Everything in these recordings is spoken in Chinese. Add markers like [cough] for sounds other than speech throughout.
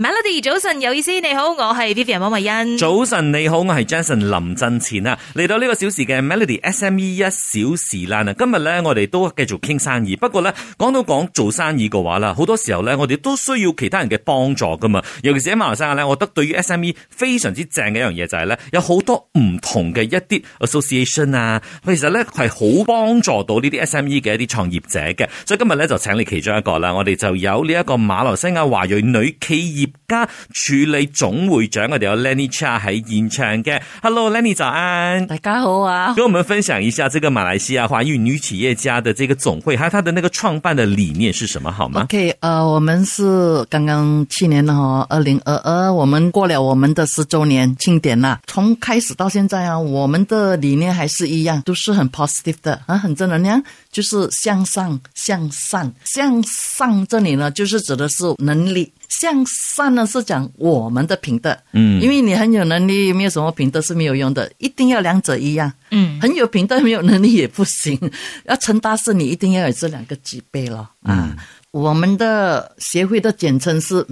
Melody 早晨有意思，你好，我係 Vivian 莫慧欣。早晨，你好，我係 Jason 林振前啊，嚟到呢個小時嘅 Melody SME 一小時啦。嗱，今日咧我哋都繼續傾生意，不過咧講到講做生意嘅話啦，好多時候咧我哋都需要其他人嘅幫助噶嘛。尤其是喺馬來西亞咧，我覺得對於 SME 非常之正嘅一樣嘢就係咧，有好多唔同嘅一啲 association 啊，其實咧係好幫助到呢啲 SME 嘅一啲創業者嘅。所以今日咧就請你其中一個啦，我哋就有呢一個馬來西亞華裔女企業家處理總會長，我哋有 Lenny Chia 喺現場嘅。Hello，Lenny 早安。大家好啊，跟我們分享一下這個馬來西亞華裔女企業家的這個總會，還有她的那個創辦的理念是什麼，好嗎？ OK，呃，我们是刚刚去年哈，二零二二，我们过了我们的十周年庆典啦。从开始到现在啊，我们的理念还是一样，都是很 positive 的啊，很正能量，就是向上、向善、向上。这里呢，就是指的是能力。向善呢是讲我们的品德，嗯，因为你很有能力，没有什么品德是没有用的，一定要两者一样，嗯，很有品德没有能力也不行，要成大事你一定要有这两个具备了啊。我们的协会的简称是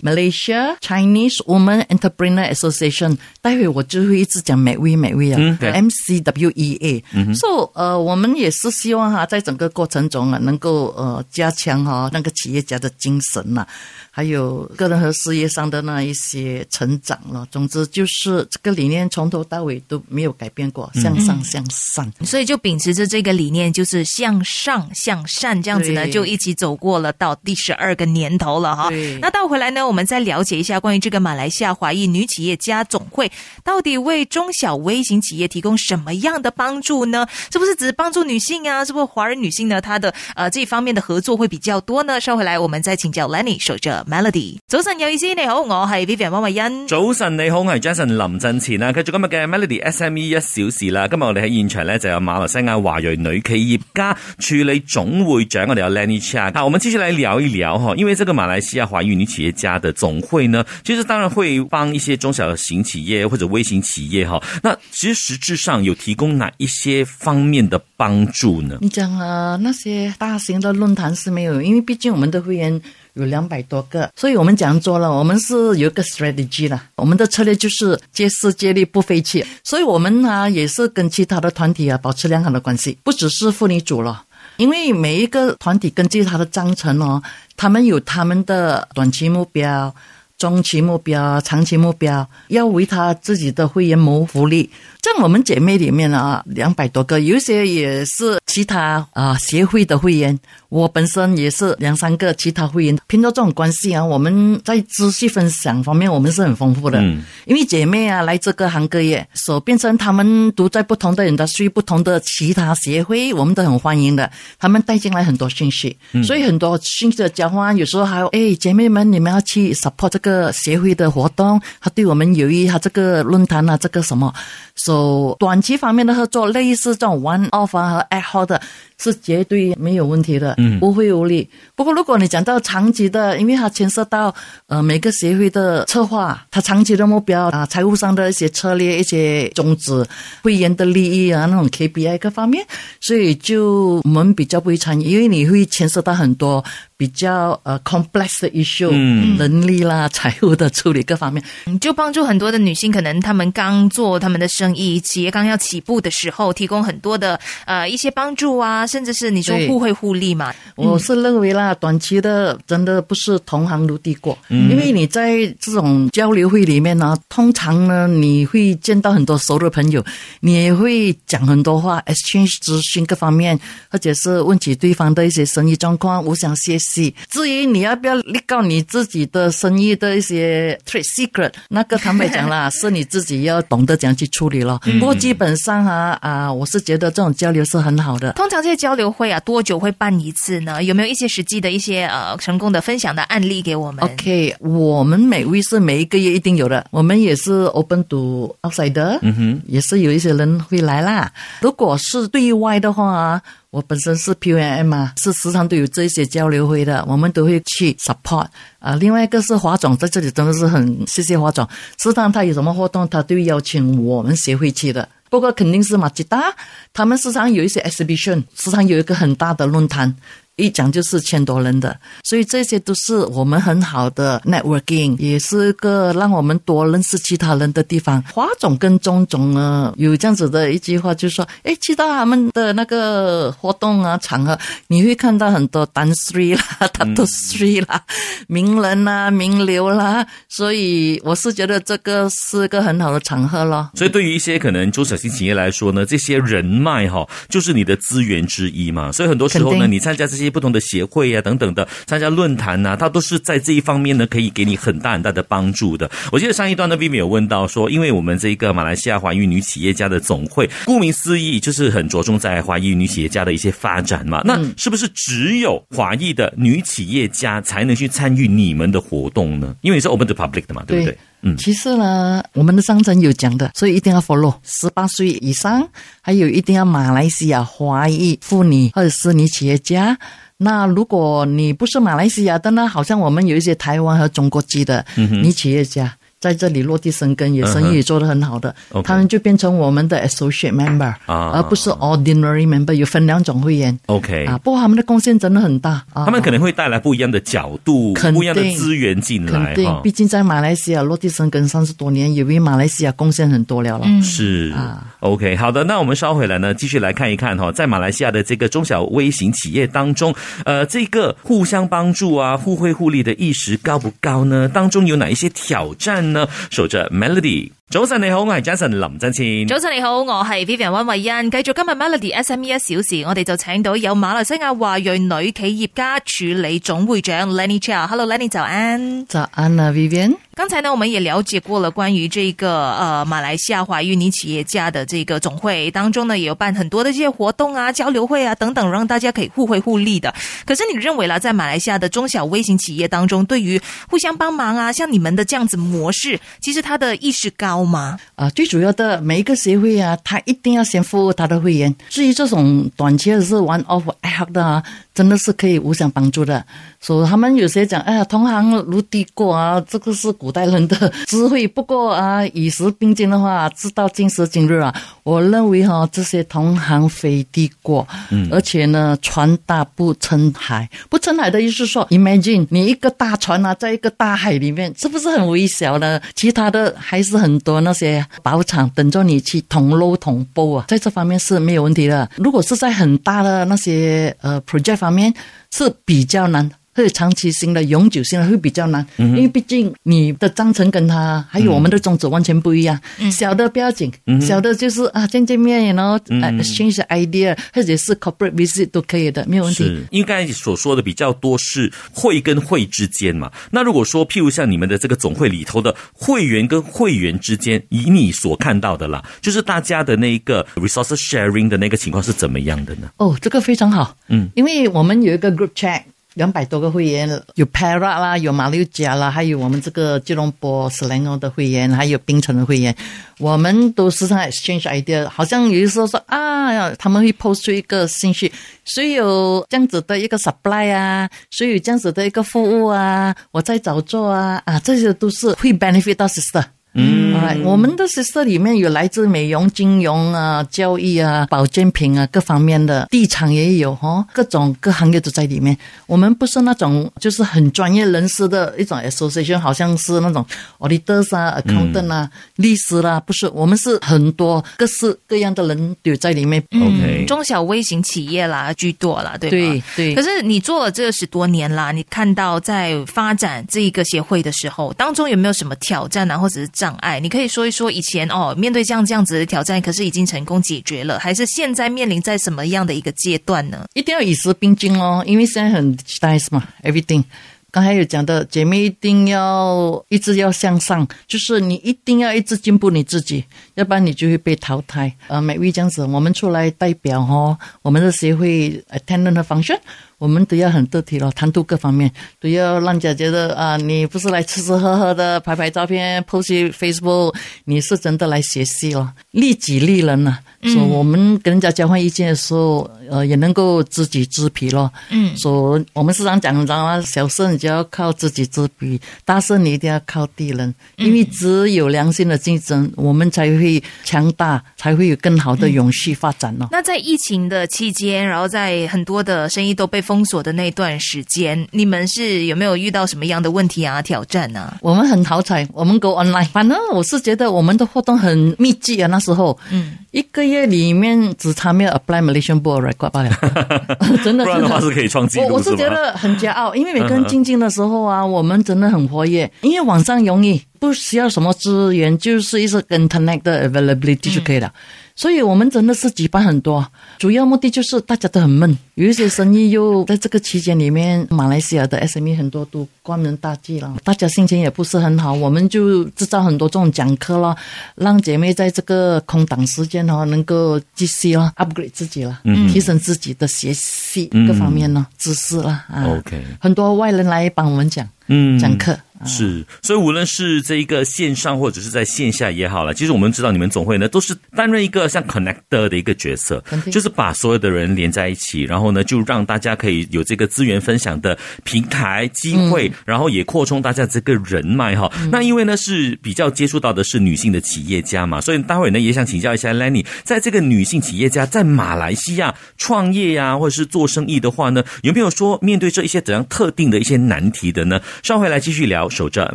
MACV（Malaysia Chinese Women Entrepreneur Association）。待会我就会一直讲 MACV，MACV 啊、嗯对嗯 m c w e a 所以呃，我们也是希望哈、在整个过程中啊，能够呃加强哈、那个企业家的精神呐、还有个人和事业上的那一些成长了、总之就是这个理念从头到尾都没有改变过，向上嗯向善。所以就秉持着这个理念，就是向上向善这样子呢，对就一起走过了到第十二个年头了哈对。那倒回来呢，我们再了解一下关于这个马来西亚华裔女企业家总会到底为中小微型企业提供什么样的帮助呢？是不是只帮助女性啊？是不是华人女性呢？她的呃这一方面的合作会比较多呢？稍回来我们再请教 Lenny 守着 Melody。早晨有意思，你好，我系 Vivian 汪慧欣。早晨，你好，我係 Jason 林振前啊啦。繼續今日嘅 Melody SME 一小時啦。今日我哋喺現場呢，就有馬來西亞華裔女企業家處理總會長，我哋有 Lenny Chia。好，我們繼續來聊一聊哈，因為這個馬來西亞華裔女企業家的總會呢，其實當然會幫一些中小型企業或者微型企業哈。那其實實質上有提供哪一些方面的幫助呢？你讲啊，那些大型的论坛是没有，因为毕竟我们的会员有两百多个，所以我们讲做了，我们是有一个 strategy 啦，我们的策略就是借势借力不废弃，所以我们啊也是跟其他的团体啊保持良好的关系，不只是妇女组了。因为每一个团体根据他的章程哦，他们有他们的短期目标、中期目标、长期目标，要为他自己的会员谋福利。在我们姐妹里面啊，两百多个，有一些也是其他啊、协会的会员，我本身也是两三个其他会员。凭着这种关系啊，我们在知识分享方面我们是很丰富的。嗯因为姐妹啊来自各行各业，所变成她们都在不同的 industry、不同的其他协会，我们都很欢迎的。她们带进来很多信息，所以很多信息的交换，有时候还有哎，姐妹们，你们要去 support 这个协会的活动，它对我们有益，它这个论坛啊，这个什么，so, 短期方面的合作，类似这种 one off 啊和 ad hoc 的，是绝对没有问题的，嗯，无会无利。不过如果你讲到长期的，因为它牵涉到呃每个协会的策划，它长期的目标啊，财务上的一些策略、一些宗旨、会员的利益啊，那种 KPI 各方面，所以就我们比较不会参与，因为你会牵涉到很多比较呃 complex 的 issue，嗯，能力啦、财务的处理各方面，嗯就帮助很多的女性，可能她们刚做她们的生意，企业刚要起步的时候，提供很多的呃一些帮助啊，甚至是你说对互惠互利嘛。我是认为啦，短期的真的不是同行如敌国，因为你在这种交流会里面呢、通常呢你会见到很多熟的朋友，你也会讲很多话，exchange 资讯各方面，或者是问起对方的一些生意状况，我想学习。至于你要不要立告你自己的生意的一些 trade secret，那个坦白讲啦，是你自己要懂得怎样去处理咯。不过基本上啊啊，我是觉得这种交流是很好的。通常这些交流会啊，多久会办一次呢？有没有一些实际的一些呃成功的分享的案例给我们 OK，我们美味是每一个月一定有的，我们也是 open to outsider，嗯哼，也是有一些人会来啦。如果是对外的话，啊我本身是 PNM 嘛，啊是时常都有这些交流会的，我们都会去 support。啊，另外一个是华总在这里真的是很谢谢华总，时常他有什么活动，他都邀请我们协会去的。不过肯定是马吉达，他们时常有一些 exhibition，时常有一个很大的论坛，一讲就是千多人的，所以这些都是我们很好的 networking，也是个让我们多认识其他人的地方。华总跟钟总呢，有这样子的一句话，就是说，诶，去到他们的那个活动啊场合，你会看到很多 dance three 啦、t a t o three 啦、名人啦、名流啦，所以我是觉得这个是个很好的场合咯。所以对于一些可能中小型企业来说呢，这些人脉哈、就是你的资源之一嘛。所以很多时候肯呢，定你参加这些不同的协会呀、等等的，参加论坛呐、它都是在这一方面呢，可以给你很大很大的帮助的。我记得上一段呢，Vivi 有问到说，因为我们这一个马来西亚华裔女企业家的总会，顾名思义就是很着重在华裔女企业家的一些发展嗯嘛。那是不是只有华裔的女企业家才能去参与你们的活动呢？因为你是 open to public 的嘛，对不对？嗯，其实呢，我们的上层有讲的，所以一定要 follow 十八岁以上，还有一定要马来西亚华裔妇女或者是女企业家。那如果你不是马来西亚的呢，好像我们有一些台湾和中国籍的嗯女企业家。在这里落地生根，也生意也做得很好的 OK 他们就变成我们的 associate member，、啊而不是 ordinary member，有分两种会员 OK 啊。不过他们的贡献真的很大啊。哎他们可能会带来不一样的角度，肯定不一样的资源进来肯定哈，。毕竟在马来西亚落地生根三十多年，也为马来西亚贡献很多了嗯了。是、o 啊 k 好的，那我们稍回来呢，继续来看一看哈、在马来西亚的这个中小微型企业当中，呃，这个互相帮助啊、互惠互利的意识高不高呢？当中有哪一些挑战呢？守着 Melody，早晨你好，我系 Jason 林振千。早晨你好，我係 Vivian 温慧欣。繼續今日 Melody SME 一小時，我哋就請到有馬來西亞華裔女企業家處理總會長 Lenny Chow。Hello Lenny，早安。早安啊，Vivian。刚才呢，我们也了解过了关于这个呃马来西亚华裔女企业家的这个总会当中呢，也有办很多的这些活动啊、交流会啊等等，让大家可以互惠互利的。可是你认为啦，在马来西亚的中小微型企业当中，对于互相帮忙啊，像你们的这样子模式，其实它的意识高吗？啊，最主要的每一个协会啊，他一定要先服务他的会员。至于这种短期的是 one off act 的啊，真的是可以互相帮助的。所、以他们有些讲，哎呀，同行如敌国啊，这个是古代人的智慧。不过啊，与时并进的话，直到今时今日啊，我认为哈、这些同行非敌国，嗯，而且呢，船大不撑海，不撑海的意思是说，imagine 你一个大船啊，在一个大海里面，是不是很微小呢？其他的还是很多那些宝场等着你去同捞同煲啊，在这方面是没有问题的。如果是在很大的那些呃 project 方面，是比较难。或者长期性的、永久性的会比较难，因为毕竟你的章程跟他还有我们的宗旨完全不一样。小的不要紧，小的就是啊见见面，然后呃 exchange idea，或者是 corporate visit 都可以的，没有问题。是，应该所说的比较多是会跟会之间嘛。那如果说譬如像你们的这个总会里头的会员跟会员之间，以你所看到的啦，就是大家的那一个 resource sharing 的那个情况是怎么样的呢？哦，这个非常好，嗯，因为我们有一个 group chat。两百多个会员，有 Para 啦，有马六甲啦，还有我们这个吉隆坡、斯兰欧的会员，还有槟城的会员，我们都时常 exchange idea。好像有的时候说啊，他们会 post 出一个信息，谁有这样子的一个 supply 啊，谁有这样子的一个服务啊，我在找做啊，啊，这些都是会 benefit 到 sister。嗯，啊，我们的 sister 里面有来自美容、金融啊、交易啊、保健品啊各方面的，地产也有哦，各种各行业都在里面。我们不是那种就是很专业人士的一种 association，好像是那种 auditors 啊、accountant 啊、律师啦、不是，我们是很多各式各样的人都有在里面。 OK 嗯中小微型企业啦居多啦，对吧？对可对，是你做了这十多年啦，你看到在发展这一个协会的时候，当中有没有什么挑战啊，或者是障碍？你可以说一说以前哦，面对这样这样子的挑战，可是已经成功解决了，还是现在面临在什么样的一个阶段呢？一定要与时并进哦，因为现在很 digitize 嘛，everything。刚才有讲的，姐妹一定要一直要向上，就是你一定要一直进步你自己，要不然你就会被淘汰。呃，美薇这样子，我们出来代表哦，我们的协会 attendant 的 function，我们都要很得体咯，谈吐各方面都要让人家觉得啊、你不是来吃吃喝喝的，拍拍照片，post 去 Facebook，你是真的来学习了，利己利人呐、所以我们跟人家交换意见的时候，呃，也能够知己知彼咯。嗯，所以我们时常讲，你知道吗？小事你就要靠知己知彼，大事你一定要靠敌人，因为只有良性的竞争，我们才会强大，才会有更好的永续发展咯。那在疫情的期间，然后在很多的生意都被封封锁的那段时间，你们是有没有遇到什么样的问题啊、挑战啊？我们很好彩，我们 go online。反正我是觉得我们的活动很密集啊，那时候，嗯，一个月里面只差没有 apply Malaysian Board [laughs] Record 罢了，真的不然的真话是可以创纪录我我是是吧嗯觉得很骄傲，因为每个人进进的时候啊，我们真的很活跃，因为网上容易，不需要什么资源，就是一直跟 connect 的嗯 availability 就可以了。所以我们真的是举办很多，主要目的就是大家都很闷，有一些生意又在这个期间里面，马来西亚的 SME 很多都关门大吉了，大家心情也不是很好，我们就制造很多这种讲课咯，让姐妹在这个空档时间哦，能够继续哦 upgrade 自己了，嗯提升自己的学习各方面呢、知识啦啊 OK 很多外人来帮我们讲，嗯讲课。是，所以无论是这一个线上或者是在线下也好了，其实我们知道你们总会呢都是担任一个像 connector 的一个角色肯，定就是把所有的人连在一起，然后呢就让大家可以有这个资源分享的平台机会，然后也扩充大家这个人脉哈。那因为呢是比较接触到的是女性的企业家嘛，所以待会呢也想请教一下 Lenny，在这个女性企业家在马来西亚创业呀、或者是做生意的话呢，有没有说面对这一些怎样特定的一些难题的呢？稍回来继续聊，守着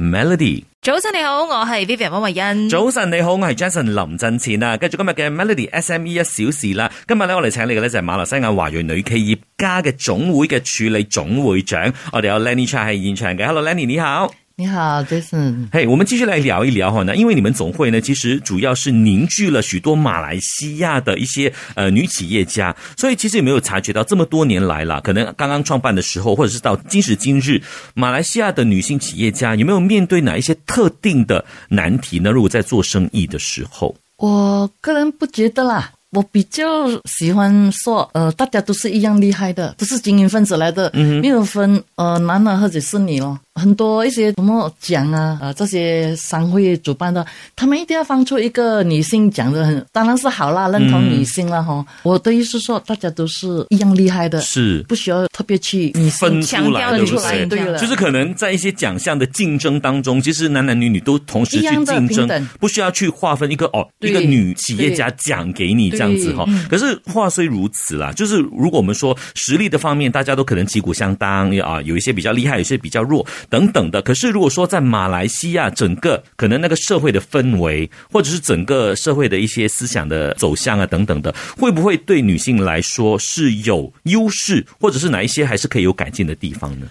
Melody。早晨你好，我系 Vivian 温慧欣。早晨你好，我系 Jason 林振前啊，跟住今日嘅 Melody SME 一小時啦。今日咧我哋請嚟嘅咧就係馬來西亞華裔女企業家嘅總會嘅處理總會長，我哋有 Lenny Chan 喺現場嘅。Hello Lenny 你好。你好，Jason。嘿我们继续来聊一聊哈呢，因为你们总会呢，其实主要是凝聚了许多马来西亚的一些呃女企业家，所以其实有没有察觉到这么多年来啦，可能刚刚创办的时候，或者是到今时今日，马来西亚的女性企业家有没有面对哪一些特定的难题呢？如果在做生意的时候，我个人不觉得啦，我比较喜欢说，呃，大家都是一样厉害的，都是精英分子来的，没有分呃男的或者是你咯。很多一些什么奖啊，呃，这些商会主办的，他们一定要放出一个女性奖的很，当然是好啦，认同女性啦哈、我的意思说，大家都是一样厉害的，是不需要特别去女性分强出调来，对出不来对？对了就是可能在一些奖项的竞争当中，其实男男女女都同时一去样的竞平争等，不需要去划分一个哦，一对个女企业家奖给你这样子哈、可是话虽如此啦，就是如果我们说实力的方面，大家都可能旗鼓相当啊，有一些比较厉害，有一些比较弱等等的。可是如果说在马来西亚整个可能那个社会的氛围，或者是整个社会的一些思想的走向啊等等的，会不会对女性来说是有优势，或者是哪一些还是可以有改进的地方呢？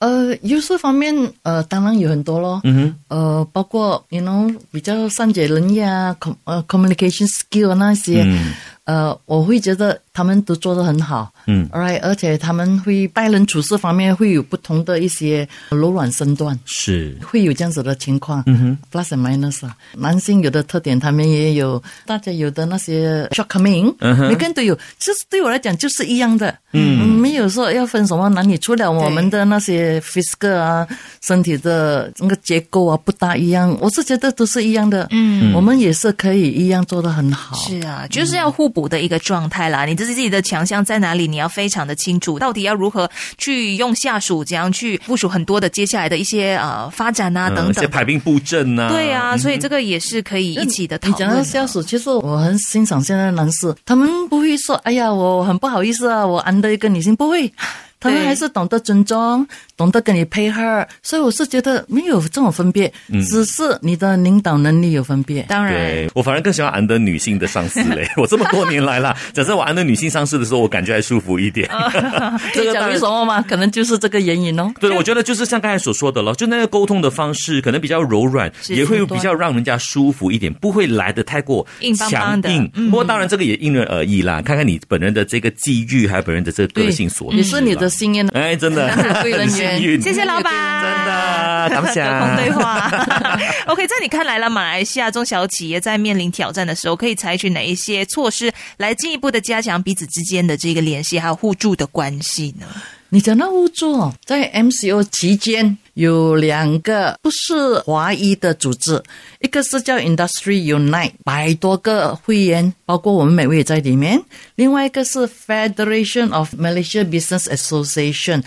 呃，优势方面，呃，当然有很多咯。嗯呃，包括 you know 比较善解人意啊，com 呃 communication skill 啊那些，嗯呃，我会觉得他们都做得很好。嗯，right，而且他们会待人处事方面会有不同的一些柔软身段。是会有这样子的情况，嗯哼，plus and minus 啊，男性有的特点，他们也有，大家有的那些 shortcoming，、嗯哼每个人都有。其实对我来讲就是一样的，嗯，没有说要分什么男女，除了我们的那些 physical 啊，身体的那个结构啊不大一样，我是觉得都是一样的，嗯，我们也是可以一样做得很好，是啊，就是要互补的一个状态啦。你自己自己的强项在哪里，你要非常的清楚，到底要如何去用下属，怎样去部署很多的接下来的一些呃发展啊嗯等一些等。排兵布阵啊，对啊，所以这个也是可以一起的讨你讲到论。下属，其实我很欣赏现在的男士，他们不会说“哎呀，我很不好意思啊，我安的一个女性”，不会，他们还是懂得尊重，懂得跟你配合，所以我是觉得没有这种分别，只是你的领导能力有分别。当然，对我反而更喜欢安德女性的上司嘞。 [laughs] 我这么多年 [laughs] 来啦，假设我安德女性上司的时候，我感觉还舒服一点。哦可 [laughs] 以讲为什么吗？可能就是这个原因哦。对，我觉得就是像刚才所说的咯，就那个沟通的方式可能比较柔软，是也会比较让人家舒服一点，不会来的太过硬邦邦强的嗯硬。不过当然这个也因人而异啦，看看你本人的这个际遇，还有本人的这个个性嗯所也致是你的啦。幸运。哎，[laughs] 真的贵人 [laughs] 很缘幸运，谢谢老板，真的感谢 [laughs] 有空对话。OK，在你看来了，马来西亚中小企业在面临挑战的时候，可以采取哪一些措施来进一步的加强彼此之间的这个联系，还有互助的关系呢？你讲到互助哦，在 MCO 期间有两个不是华裔的组织，一个是叫 Industry Unite，百多个会员，包括我们美位也在里面；另外一个是 Federation of Malaysia Business Association。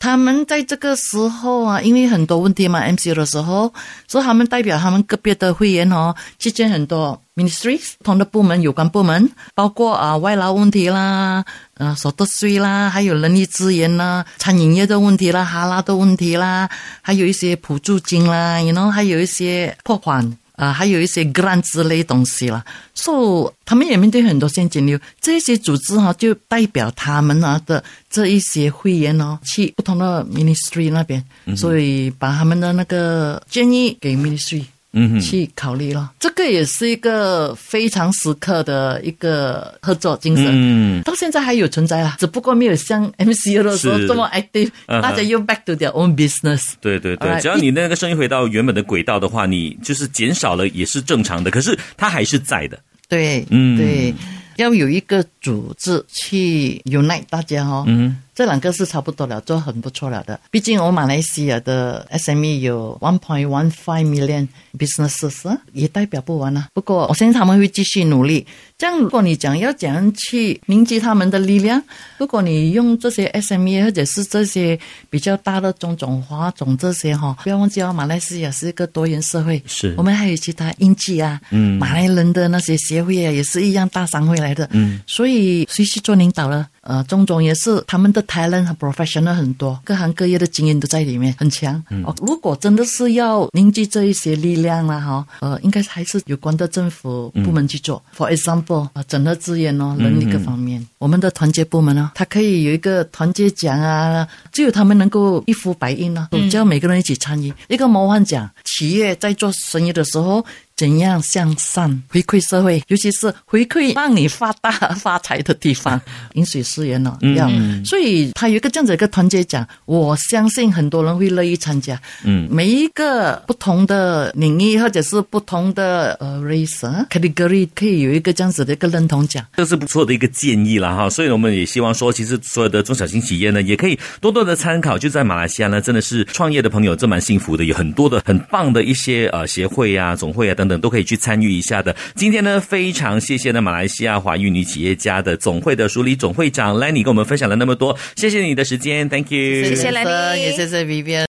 他们在这个时候啊，因为很多问题嘛，MCO 的时候，所以他们代表他们个别的会员哦，去见很多 ministries 不同的部门、有关部门，包括啊外劳问题啦，呃所得税啦，还有人力资源啦、餐饮业的问题啦、哈拉的问题啦，还有一些补助金啦，然后还有一些破款。啊，还有一些 grant 之类东西啦，所、so, 以他们也面对很多现金流。这些组织哈、就代表他们啊的这一些会员哦，去不同的 ministry 那边，嗯所以把他们的那个建议给 ministry。嗯哼去考虑了，这个也是一个非常时刻的一个合作精神，嗯到现在还有存在啊啦，只不过没有像 MCU 的时候是这么 active，、嗯哼大家又 back to their own business。对对对， Alright，只要你那个生意回到原本的轨道的话，你就是减少了也是正常的，可是它还是在的。对，嗯对，要有一个组织去 unite 大家哦。嗯，这两个是差不多了，做很不错了的。毕竟我马来西亚的 SME 有1.15 million businesses，啊也代表不完啊。不过我相信他们会继续努力。这样，如果你讲要怎样去凝聚他们的力量，如果你用这些 SME 或者是这些比较大的中种、华种这些哈、不要忘记哦，马来西亚是一个多元社会，是我们还有其他印记啊，嗯马来人的那些协会啊，也是一样大商会来的，嗯，所以谁去做领导呢？呃，钟总也是他们的 talent 和 professional 很多，各行各业的经验都在里面，很强。嗯哦，如果真的是要凝聚这一些力量啦，哈，呃，应该还是有关的政府部门去做。For 嗯 example，呃，整合资源哦，人力各方面，我们的团结部门哦呢、它可以有一个团结奖啊，只有他们能够一呼百应呢、嗯啊，只要每个人一起参与。一个模范奖，企业在做生意的时候。怎样向善回馈社会，尤其是回馈让你发大发财的地 [laughs] 方，饮水思源哦，嗯要，所以他有一个这样子一个团结奖，我相信很多人会乐意参加。嗯每一个不同的领域或者是不同的呃 race 啊 category 可以有一个这样子的一个认同奖。这是不错的一个建议了哈，所以我们也希望说，其实所有的中小型企业呢，也可以多多的参考。就在马来西亚呢，真的是创业的朋友，这蛮幸福的，有很多的很棒的一些呃协会啊、总会啊等等，都可以去参与一下的。今天呢，非常谢谢呢马来西亚华裔女企业家的总会的署理总会长 Lenny 跟我们分享了那么多，谢谢你的时间，Thank you，谢谢兰妮也谢谢 Vivian。